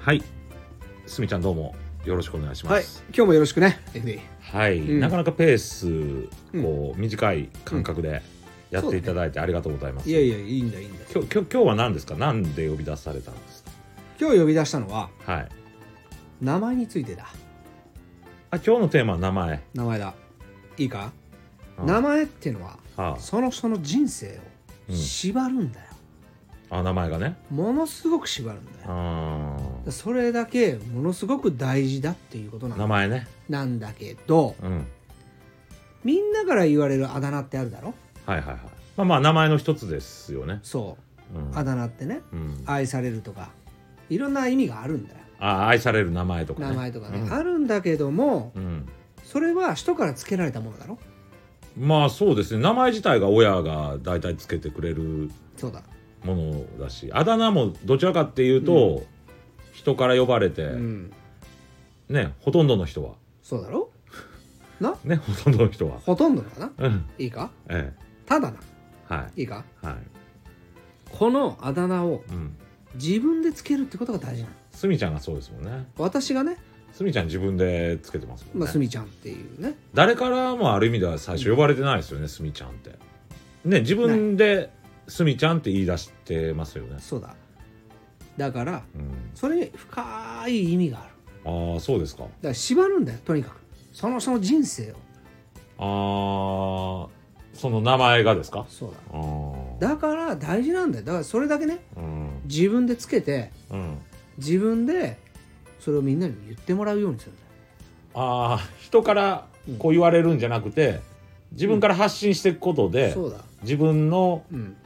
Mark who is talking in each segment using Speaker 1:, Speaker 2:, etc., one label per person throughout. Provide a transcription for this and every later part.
Speaker 1: はいすみちゃんどうもよろしくお願いしま
Speaker 2: はい
Speaker 1: す。
Speaker 2: 今日もよろしくね。
Speaker 3: NA
Speaker 1: はい、
Speaker 2: うん
Speaker 1: なかなかペースこう短い間隔でやっていただいてありがとうございます、
Speaker 2: いやいや、いいんだ、いいんだ。
Speaker 1: 今日今日今日は何ですかなんで呼び出されたんです
Speaker 2: 今日呼び出したのは、
Speaker 1: かはい
Speaker 2: 名前についてだ。
Speaker 1: あ今日のテーマは名前
Speaker 2: 名前だ。いいか
Speaker 1: うん
Speaker 2: 名前ってのは、
Speaker 1: は
Speaker 2: その人の人生
Speaker 1: う
Speaker 2: を
Speaker 1: ん
Speaker 2: 縛るんだよ。
Speaker 1: ああ名前がね
Speaker 2: ものすごく縛るんだよ。
Speaker 1: あ
Speaker 2: それだけ、ものすごく大事だっていうことな
Speaker 1: ー名
Speaker 2: の
Speaker 1: 前ね
Speaker 2: なんだけど、
Speaker 1: うん
Speaker 2: みんなから言われるあだ名ってあるだろ
Speaker 1: はいはいはいまあまあ名前の一つですよね
Speaker 2: そう。
Speaker 1: うん
Speaker 2: あだ名ってね、
Speaker 1: うん、
Speaker 2: 愛されるとか、いろんな意味があるんだよ。
Speaker 1: あ愛される名前とかね
Speaker 2: 名前とかね。
Speaker 1: うん
Speaker 2: あるんだけども、
Speaker 1: うん
Speaker 2: それは人からつけられたものだろ
Speaker 1: まあそうですね名前自体が親が大体つけてくれる
Speaker 2: そうだ。
Speaker 1: ものだしあだ名もどちらかっていうと、人から呼ばれて、
Speaker 2: うん。
Speaker 1: ねほとんどの人は
Speaker 2: そうだろな
Speaker 1: ねほとんどの人は
Speaker 2: ほとんどのかな
Speaker 1: うん
Speaker 2: いいか
Speaker 1: え
Speaker 2: ただな
Speaker 1: えはい
Speaker 2: いか
Speaker 1: はい
Speaker 2: このあだ名を
Speaker 1: うん
Speaker 2: 自分でつけるってことが大事なの
Speaker 1: すみちゃんがそうですもんね
Speaker 2: 私がね、
Speaker 1: すみちゃん自分でつけてますもんね、
Speaker 2: まあ、すみちゃんっていうね
Speaker 1: 誰からもある意味では最初呼ばれてないですよねすみ、ちゃんってね自分ですみちゃんって言い出してますよね、
Speaker 2: そうだだから
Speaker 1: うん、
Speaker 2: それに深い意味がある
Speaker 1: ああそうですか
Speaker 2: だから縛るんだよとにかくその人の人生を
Speaker 1: あーその名前がですか
Speaker 2: そうだ
Speaker 1: あー
Speaker 2: だから大事なんだよだからそれだけね
Speaker 1: うん
Speaker 2: 自分でつけて
Speaker 1: うん
Speaker 2: 自分でそれをみんなに言ってもらうようにするんだよ
Speaker 1: ああ人からこう言われるんじゃなくて自分から発信していくことで、
Speaker 2: そうだ
Speaker 1: 自分の
Speaker 2: うん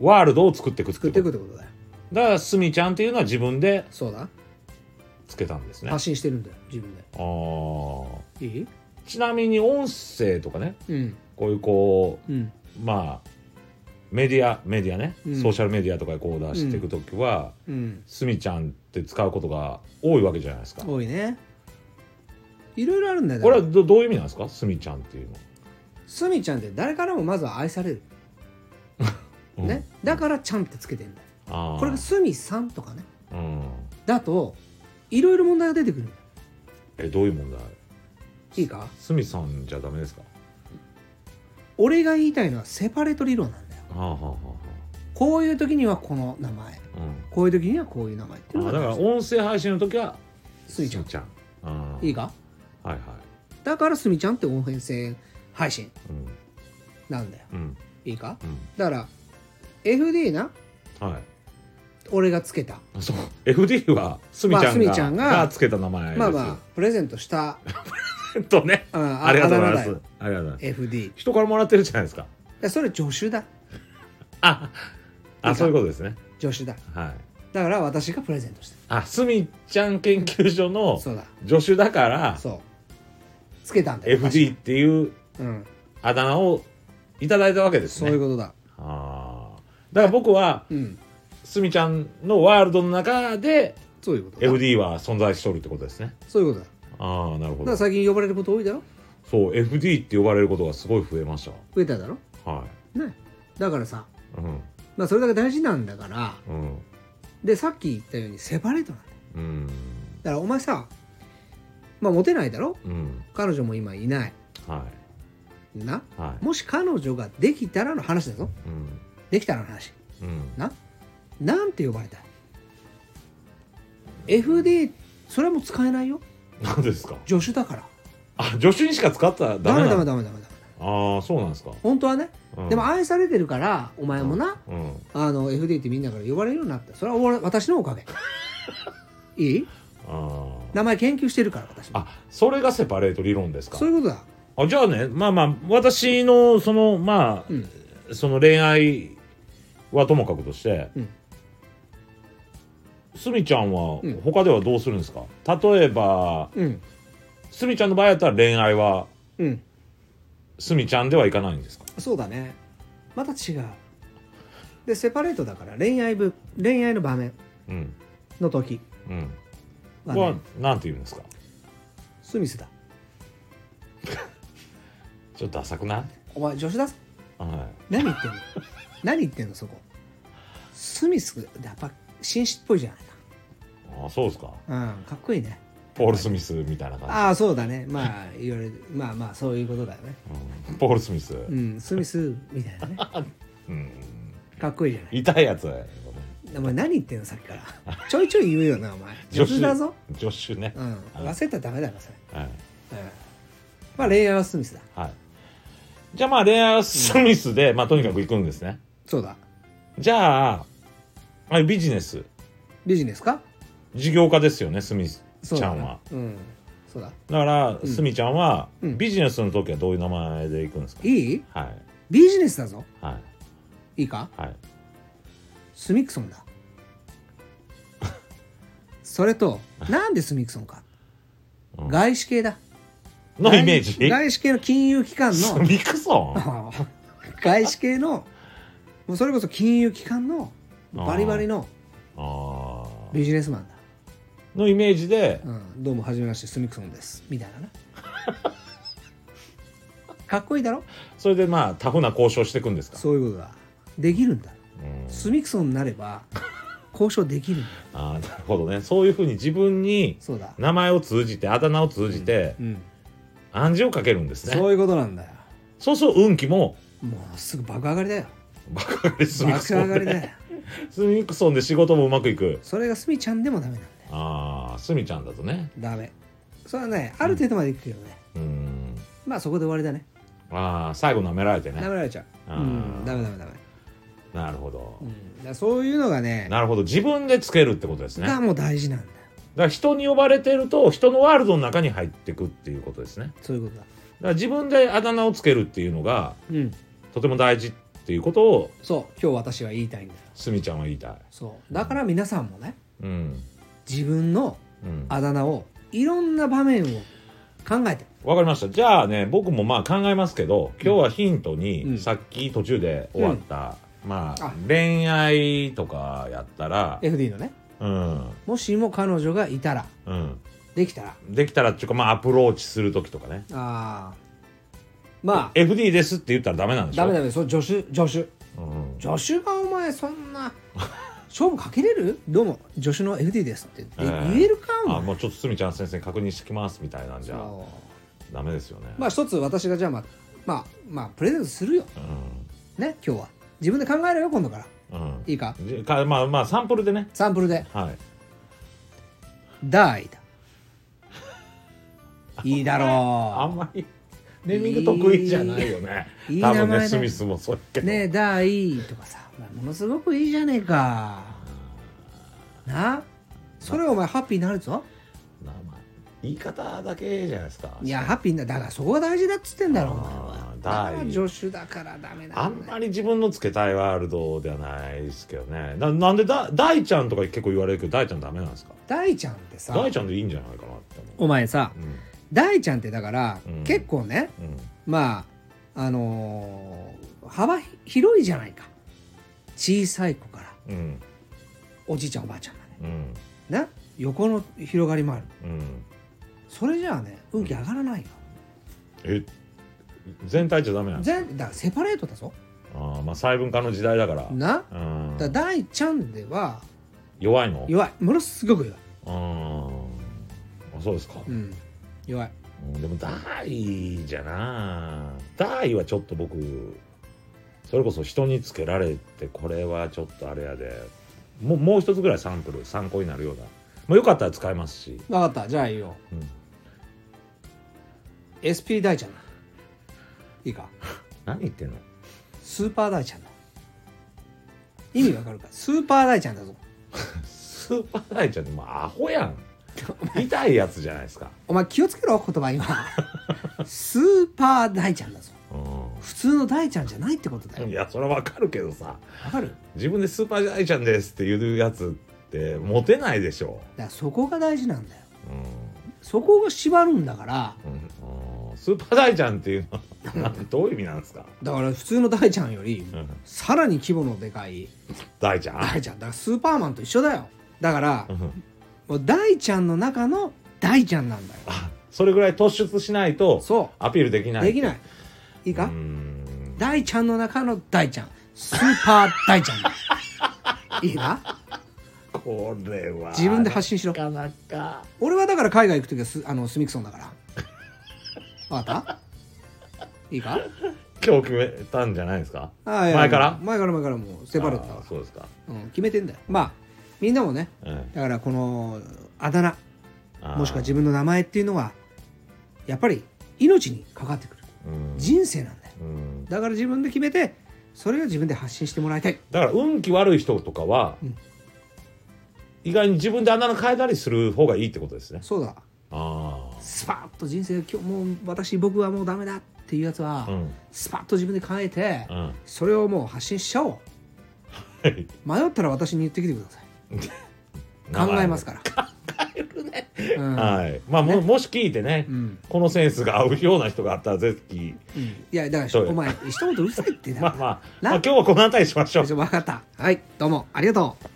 Speaker 1: ワールドを作っていく
Speaker 2: 作っていく
Speaker 1: こ
Speaker 2: っ
Speaker 1: と
Speaker 2: てことだよ
Speaker 1: だからすみちゃんっていうのは自分で
Speaker 2: そうだ
Speaker 1: つけたんですねあ
Speaker 2: 発信してるんだよ自分で
Speaker 1: ー
Speaker 2: いい
Speaker 1: ちなみに音声とかね
Speaker 2: うん
Speaker 1: こういうこ
Speaker 2: うん
Speaker 1: うまあメディアメディアね、
Speaker 2: うん
Speaker 1: ソーシャルメディアとかでこう出していく時は、
Speaker 2: うん
Speaker 1: すみちゃんって使うことが多いわけじゃないですかこ
Speaker 2: 多いねいろいろあるんだよ
Speaker 1: れは
Speaker 2: だから
Speaker 1: どどういう意味なんですかすみちゃんっていうの、
Speaker 2: スミちゃんって誰からもまずは愛される、
Speaker 1: うん
Speaker 2: ねだからちゃんってつけてんだよ
Speaker 1: あー
Speaker 2: これがスミさんとかね
Speaker 1: うん
Speaker 2: だといろいろ問題が出てくる
Speaker 1: えどういう問題
Speaker 2: いいか
Speaker 1: すみさんじゃダメですか
Speaker 2: 俺が言いたいのはセパレート理論なんだよ
Speaker 1: はあはあは
Speaker 2: こういう時にはこの名
Speaker 1: あ
Speaker 2: 前
Speaker 1: は
Speaker 2: こういう時にはこういう名前って
Speaker 1: あ、
Speaker 2: いう
Speaker 1: うん、あ
Speaker 2: の
Speaker 1: だから
Speaker 2: が
Speaker 1: 音声配信の時は
Speaker 2: スミちゃん
Speaker 1: ちゃん、うん、
Speaker 2: いいか
Speaker 1: はいはい
Speaker 2: だからスミちゃんって応援性配信
Speaker 1: うん
Speaker 2: なんだよ
Speaker 1: うん
Speaker 2: いいか
Speaker 1: う
Speaker 2: だから FD なん
Speaker 1: はい
Speaker 2: 俺がつけた
Speaker 1: そう FD はすみちゃんが,、
Speaker 2: まあすみちゃんが
Speaker 1: つけた名前です
Speaker 2: まあまあプレゼントした
Speaker 1: えっ とね
Speaker 2: うん
Speaker 1: ありがとうございま
Speaker 2: あだ名
Speaker 1: すありがとうございます
Speaker 2: だよ FD
Speaker 1: 人からもらってるじゃないですか
Speaker 2: でそれ助手だ
Speaker 1: あ
Speaker 2: いい
Speaker 1: あ
Speaker 2: か
Speaker 1: そういうことですね
Speaker 2: 助手だ
Speaker 1: はい
Speaker 2: だから私がプレゼントした
Speaker 1: あすみちゃん研究所の
Speaker 2: そうだ
Speaker 1: 助手だから
Speaker 2: そうつけたんだよ
Speaker 1: FD っていう
Speaker 2: 私うん
Speaker 1: あだ名をいただいたわけです
Speaker 2: そ
Speaker 1: ね
Speaker 2: ういうことだ
Speaker 1: ああだから僕は
Speaker 2: うん
Speaker 1: すみちゃんのワールドの中で
Speaker 2: そういうことだ
Speaker 1: FD は存在しとるってことですね
Speaker 2: そういうことだだ
Speaker 1: ああなるほ
Speaker 2: から
Speaker 1: ど
Speaker 2: 最近呼ばれること多いだろ
Speaker 1: そう FD って呼ばれることがすごい増えまし
Speaker 2: 増えただろ
Speaker 1: たは
Speaker 2: ねだからさ
Speaker 1: いうん
Speaker 2: まあそれだけ大事なんだから
Speaker 1: うん
Speaker 2: でさっき言ったようにセパレートなんだよ
Speaker 1: うん
Speaker 2: だからお前さまあモテないだろ
Speaker 1: うん
Speaker 2: 彼女も今いない
Speaker 1: は
Speaker 2: ない
Speaker 1: はい
Speaker 2: もし彼女ができたらの話だぞ
Speaker 1: うん
Speaker 2: できたらの話
Speaker 1: うん
Speaker 2: ななんて呼ばれたい FD それはもう使えないよ
Speaker 1: 何ですか
Speaker 2: 助手だから
Speaker 1: あ助手にしか使ったらダ
Speaker 2: ダメ
Speaker 1: メな
Speaker 2: ダメ
Speaker 1: の
Speaker 2: ダメダメダメ
Speaker 1: ああそうなんですか
Speaker 2: 本当はね、
Speaker 1: うん
Speaker 2: でも愛されてるからお前もな、
Speaker 1: うん
Speaker 2: あの FD ってみんなから呼ばれるようになったそれは俺私のおか げいい
Speaker 1: ああ
Speaker 2: 名前研究してるから私も
Speaker 1: あそれがセパレート理論ですか
Speaker 2: そういうことだ
Speaker 1: あじゃあねまあまあ私のそのまあ、
Speaker 2: うん
Speaker 1: その恋愛はともかくとして、
Speaker 2: うん
Speaker 1: すみちゃんは
Speaker 2: うん
Speaker 1: 他ではどうするんですか、例えば
Speaker 2: うん
Speaker 1: すみちゃんの場合やったら恋愛は
Speaker 2: うん
Speaker 1: すみちゃんではいかないんですか
Speaker 2: そうだねまた違うでセパレートだから恋愛部恋愛の場面
Speaker 1: うん
Speaker 2: の時
Speaker 1: うん
Speaker 2: は、
Speaker 1: は
Speaker 2: ね、
Speaker 1: なんて言うんですか
Speaker 2: スミスだ
Speaker 1: ちょっとダサくない、
Speaker 2: お前助手だぞ
Speaker 1: は
Speaker 2: 何 言ってんの何言ってんのそこスミスやっぱ紳士っぽいじゃないか
Speaker 1: い、あそうですか
Speaker 2: うんかっこいいね
Speaker 1: ポール・スミスみたいな感じ
Speaker 2: ああそうだねまあ言われるまあまあそういうことだよね
Speaker 1: うんポール・スミス
Speaker 2: うんスミスみたい なね
Speaker 1: うん
Speaker 2: かっこいいじゃない
Speaker 1: 痛いやつ
Speaker 2: お前何言ってんのさっきからちょいちょい言うよなお前
Speaker 1: 助
Speaker 2: 女
Speaker 1: 手
Speaker 2: 子だぞ
Speaker 1: 助手ね
Speaker 2: うん忘れたらダメだからそれ、
Speaker 1: はい
Speaker 2: うん、まあ恋愛はスミスだ
Speaker 1: はいじゃあまあ恋愛はスミスでまあとにかく行くんですね
Speaker 2: そうだ
Speaker 1: じゃああビジネス
Speaker 2: ビジネスか
Speaker 1: 事業家ですよねスミス
Speaker 2: そう
Speaker 1: ちゃ
Speaker 2: だ
Speaker 1: ん
Speaker 2: な
Speaker 1: は
Speaker 2: うんそうだ
Speaker 1: だからスミちゃんは
Speaker 2: うん
Speaker 1: ビジネスの時はどういう名前で行くんですか
Speaker 2: いい
Speaker 1: はい
Speaker 2: ビジネスだぞ
Speaker 1: はい
Speaker 2: いいか
Speaker 1: はい
Speaker 2: スミクソ ンだそれとなんでスミクソンか、
Speaker 1: うん
Speaker 2: 外資系だ
Speaker 1: のイメージ
Speaker 2: 外外資系の金融機関
Speaker 1: ス
Speaker 2: の
Speaker 1: ミクソン
Speaker 2: 外資系のもうそれこそ金融機関のバリバリの
Speaker 1: あー
Speaker 2: ビジネスマンだ、
Speaker 1: のイメージで
Speaker 2: うん、どうもはじめましてスミクソンですみたいな なかっこいいだろ
Speaker 1: それでまあタフな交渉していくんですか
Speaker 2: そういうことだできるんだ
Speaker 1: うん
Speaker 2: スミクソンになれば交渉できるんだ
Speaker 1: あーなるほどねそういうふうに自分に
Speaker 2: そうだ
Speaker 1: 名前を通じてあだ名を通じて
Speaker 2: うん
Speaker 1: 暗示をかけるんですね
Speaker 2: そういうことなんだよ
Speaker 1: そうそう運気も
Speaker 2: もうすぐ爆上がりだよ
Speaker 1: 爆上がりスミク
Speaker 2: 爆
Speaker 1: ソ
Speaker 2: 上
Speaker 1: ン
Speaker 2: がり
Speaker 1: で
Speaker 2: だよ
Speaker 1: スミクソンで仕事もうまくいく
Speaker 2: それがスミちゃんでもダメなんだよ
Speaker 1: ああスミちゃんだとね
Speaker 2: ダメそれはねある程度までいくけどね、
Speaker 1: うん
Speaker 2: まあそこで終わりだね
Speaker 1: ああ最後舐められて
Speaker 2: ダ
Speaker 1: ね
Speaker 2: メられちゃう、
Speaker 1: あ
Speaker 2: う
Speaker 1: ー
Speaker 2: ん、ダメダメダメ、
Speaker 1: なるほど
Speaker 2: うん、だからそういうのがね
Speaker 1: なるほど自分でつけるってことですね
Speaker 2: がもう大事なんだよ
Speaker 1: だから人に呼ばれてると人のワールドの中に入ってくっていうことですね
Speaker 2: そういうことだ
Speaker 1: だから自分であだ名をつけるっていうのが
Speaker 2: うん
Speaker 1: とても大事っていうことを
Speaker 2: そう今日私は言いたいんだよ
Speaker 1: すみちゃんは言いたい
Speaker 2: そうだから皆さんもね
Speaker 1: うん
Speaker 2: 自分の
Speaker 1: うん
Speaker 2: あだ名をいろんな場面を考えて
Speaker 1: わかりましたじゃあね僕もまあ考えますけど今日はヒントに、
Speaker 2: うん
Speaker 1: さっき途中で終わった、まあ
Speaker 2: あ
Speaker 1: 恋愛とかやったら
Speaker 2: FD のね
Speaker 1: うん
Speaker 2: もしも彼女がいたら
Speaker 1: うん
Speaker 2: できたら
Speaker 1: できたらっていうかまあアプローチする時とかね
Speaker 2: あーまあ
Speaker 1: FD ですって言ったらダメなんでしょ
Speaker 2: ダメダメそう助手助手
Speaker 1: うん
Speaker 2: 助手がお前そん な勝負かけれるどうも助手の FD ですって言って
Speaker 1: えー
Speaker 2: 言えるか
Speaker 1: あ
Speaker 2: も
Speaker 1: もうちょっとすみちゃん先生確認してきますみたいなんじゃダメですよね、
Speaker 2: まあ一つ私がじゃあまあまあまあプレゼントするよね今日は自分で考えろよ今度から
Speaker 1: うんうん
Speaker 2: いいか
Speaker 1: じかまあまあサンプルでね
Speaker 2: サンプルで
Speaker 1: はい
Speaker 2: 「ダイ」だいいだ
Speaker 1: あん
Speaker 2: ろ
Speaker 1: まりネーミング得意じゃないよね
Speaker 2: いい
Speaker 1: 多分
Speaker 2: いい名前
Speaker 1: ね
Speaker 2: だ
Speaker 1: スミスもそうやけ
Speaker 2: う
Speaker 1: ど、
Speaker 2: ねえ「ダイ」とかさお前ものすごくいいじゃねえかなそれお前ハッピーになるぞ
Speaker 1: まあまあ言い方だけじゃないですか
Speaker 2: いやハッピーになだからそこが大事だっつってんだろお前は
Speaker 1: あー
Speaker 2: だか
Speaker 1: ダ
Speaker 2: ら
Speaker 1: イ
Speaker 2: 助手だからダメだ
Speaker 1: あんまり自分のつけたいワールドではないですけどねななんでだ大ちゃんとか結構言われるけど大ちゃんダメなんですか
Speaker 2: 大ちゃんってさ
Speaker 1: 大ちゃんでいいんじゃないかなって
Speaker 2: お前さ
Speaker 1: 思う
Speaker 2: 大ちゃんってだから、
Speaker 1: うん
Speaker 2: 結構ね
Speaker 1: うんうん
Speaker 2: まああのー幅広いじゃないか小さい子から
Speaker 1: うん
Speaker 2: おじいちゃんおばあちゃんま
Speaker 1: うん
Speaker 2: でね横の広がりもある
Speaker 1: うん
Speaker 2: それじゃあね運気上がらないよ
Speaker 1: え全体じゃダメなんです
Speaker 2: 全だからセパレートだぞ
Speaker 1: あーまあ細分化の時代だから
Speaker 2: な
Speaker 1: うん
Speaker 2: だから大ちゃんでは
Speaker 1: 弱いの
Speaker 2: 弱いものすごく弱い、
Speaker 1: うんあそうですか、
Speaker 2: うん、弱い
Speaker 1: うんでも大じゃな大はちょっと僕それこそ人につけられてこれはちょっとあれやでもうもう一つぐらいサンプル参考になるようなもうよかったら使えますし、
Speaker 2: 分かったじゃあいいよ
Speaker 1: うん
Speaker 2: SP 大ちゃんだいいか
Speaker 1: 何言ってんの
Speaker 2: スーパー大ちゃんだ意味わかるかスーパー大ちゃんだぞ
Speaker 1: スーパー大ちゃんってもうアホやん痛いやつじゃないですか、
Speaker 2: お前気をつけろ言葉今 スーパー大ちゃんだぞ普通の大ちゃんじゃないってことだ
Speaker 1: う
Speaker 2: よ
Speaker 1: ん、いやそれはわかるけどさ
Speaker 2: わかるだか
Speaker 1: 自分でスーパー大ちゃんですって言うやつってモテないでしょ
Speaker 2: らそこが大事なんだよ
Speaker 1: う
Speaker 2: そこが縛るんだから
Speaker 1: ん、うんうんスーパー大ちゃんっていうのはどういう意味なんですか、
Speaker 2: だから普通の大ちゃんより
Speaker 1: うん
Speaker 2: さらに規模のでかい
Speaker 1: 大ちゃん
Speaker 2: 大ちゃんだからスーパーマンと一緒だよだから
Speaker 1: うん
Speaker 2: もう大ちゃんの中の大ちゃんなんだよ
Speaker 1: あそれぐらい突出しないと
Speaker 2: そ
Speaker 1: アピールでき
Speaker 2: う
Speaker 1: ない
Speaker 2: できないいいか
Speaker 1: うーん
Speaker 2: 大ち ゃんの中の大ちゃんスーパー大ちゃんだいいな
Speaker 1: ここれは
Speaker 2: 自分で発信しろ
Speaker 1: なかなか
Speaker 2: 俺はだから海外行く時はスあのスミクソンだから分かったいいか
Speaker 1: 今日決めたんじゃないですか
Speaker 2: ああいや
Speaker 1: 前から
Speaker 2: もう前から前からもうセパレットだ
Speaker 1: あ
Speaker 2: か、
Speaker 1: ーそうですから
Speaker 2: うん、決めてんだよまあみんなもね
Speaker 1: うん
Speaker 2: だからこのあだ名
Speaker 1: あー
Speaker 2: もしくは自分の名前っていうのはやっぱり命にかかってくる
Speaker 1: うん
Speaker 2: 人生なんだよ
Speaker 1: うん
Speaker 2: だから自分で決めてそれを自分で発信してもらいたい
Speaker 1: だから運気悪い人とかは、
Speaker 2: うん
Speaker 1: 意外に自分であだ名変えたりする方がいいってことですね
Speaker 2: そうだ
Speaker 1: あ
Speaker 2: スパッと人生が今日もう私僕はもうダメだっていうやつ
Speaker 1: あ
Speaker 2: は、
Speaker 1: うん
Speaker 2: スパッと自分で考えて、
Speaker 1: うん
Speaker 2: それをもう発信しちゃおう
Speaker 1: はい
Speaker 2: 迷ったら私に言ってきてください考えま すから考えるねうん、
Speaker 1: はいまあも,、もし聞いてね、
Speaker 2: うん
Speaker 1: このセンスが合うような人があったらぜひ
Speaker 2: うん、いやだか
Speaker 1: そう
Speaker 2: ら
Speaker 1: よ
Speaker 2: お前一言うるさいってだ
Speaker 1: まあまあ、まあ、
Speaker 2: な
Speaker 1: 今日はこの辺りにしましょう
Speaker 2: 分かったはいどうもありがとう